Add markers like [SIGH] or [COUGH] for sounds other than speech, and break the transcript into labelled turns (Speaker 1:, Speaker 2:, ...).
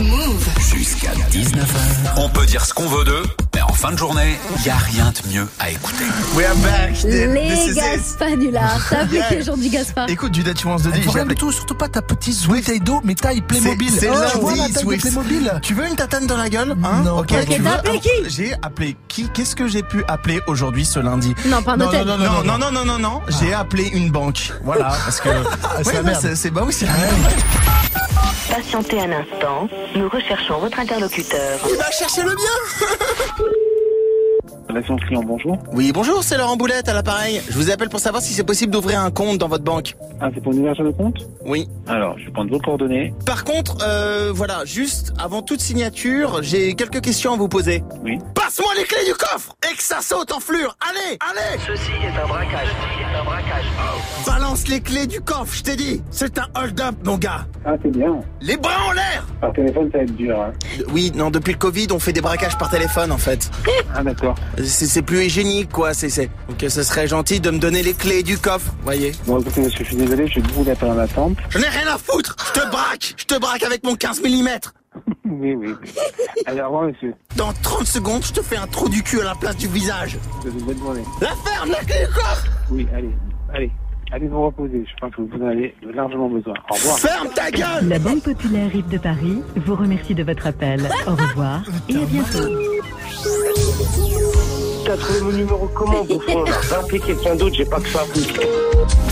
Speaker 1: Move.
Speaker 2: Jusqu'à 19h, on peut dire ce qu'on veut d'eux, mais en fin de journée, il n'y a rien de mieux à écouter.
Speaker 3: We are back. This
Speaker 4: Les
Speaker 3: is it.
Speaker 4: Gaspanulars.
Speaker 3: [LAUGHS]
Speaker 4: T'as vu
Speaker 3: Yeah.
Speaker 4: quel jour du Gaspar
Speaker 3: Écoute, du Dutch Ones de D, je
Speaker 5: Problème
Speaker 3: l'appelais.
Speaker 5: tout, surtout pas ta petite Swift Taïdo, mais taille Playmobil.
Speaker 3: C'est- c'est
Speaker 5: Oh, tu
Speaker 3: lundi,
Speaker 5: vois la taille de
Speaker 3: Swift.
Speaker 5: Playmobil.
Speaker 3: Tu veux une tatane dans la gueule hein
Speaker 5: Non, pas
Speaker 3: tu veux-
Speaker 4: du tout. T'as appelé qui
Speaker 3: J'ai appelé qui Qu'est-ce que j'ai pu appeler aujourd'hui ce lundi
Speaker 4: Non, pas un hôtel.
Speaker 3: non, non, non, non, non, non, non, J'ai appelé une banque. Voilà, parce
Speaker 5: [LAUGHS]
Speaker 3: que
Speaker 5: Ah. c'est
Speaker 3: Ouais,
Speaker 5: la
Speaker 3: non,
Speaker 5: merde.
Speaker 3: c'est- C'est bah oui, c'est la merde.
Speaker 6: Patientez un instant, nous recherchons votre interlocuteur.
Speaker 3: Il va chercher le bien.
Speaker 7: Relation client, bonjour.
Speaker 3: Oui, bonjour, c'est Laurent Boulette à l'appareil. Je vous appelle pour savoir si c'est possible d'ouvrir un compte dans votre banque.
Speaker 7: Ah, c'est pour une ouverture de compte
Speaker 3: Oui.
Speaker 7: Alors, je vais prendre vos coordonnées.
Speaker 3: Par contre, euh, voilà, juste avant toute signature, j'ai quelques questions à vous poser.
Speaker 7: Oui.
Speaker 3: Passe-moi les clés du coffre et que ça saute en flure. Allez, allez
Speaker 6: Ceci est un braquage.
Speaker 3: Balance les clés du coffre, je t'ai dit. C'est un hold-up, mon gars.
Speaker 7: Ah, c'est bien.
Speaker 3: Les bras en l'air
Speaker 7: Par téléphone, ça va être dur. hein.
Speaker 3: Oui, non, depuis le Covid, on fait des braquages par téléphone, en fait.
Speaker 7: Ah, d'accord.
Speaker 3: C'est c'est plus hygiénique, quoi. C'est c'est- Donc, euh, ce serait gentil de me donner les clés du coffre, voyez.
Speaker 7: Bon, écoutez, monsieur, je suis désolé, je vais vous mettre en attente.
Speaker 3: J'en ai rien à foutre Je te braque Je te braque avec mon 15 mm
Speaker 7: Oui, oui. oui. Allez, au revoir, monsieur.
Speaker 3: Dans 30 secondes, je te fais un trou du cul à la place du visage.
Speaker 7: Je vous souhaite une bonne journée.
Speaker 3: La ferme, la clé du coffre
Speaker 7: Oui, allez. Allez. Allez vous reposer. Je pense que vous en avez largement besoin. Au revoir.
Speaker 3: Ferme ta gueule
Speaker 8: La Banque Populaire Rive de Paris vous remercie de votre appel. Au revoir et à bientôt.
Speaker 7: T'as trouvé mon numéro comment, bouffon Rappelez quelqu'un d'autre, j'ai pas que ça à foutre.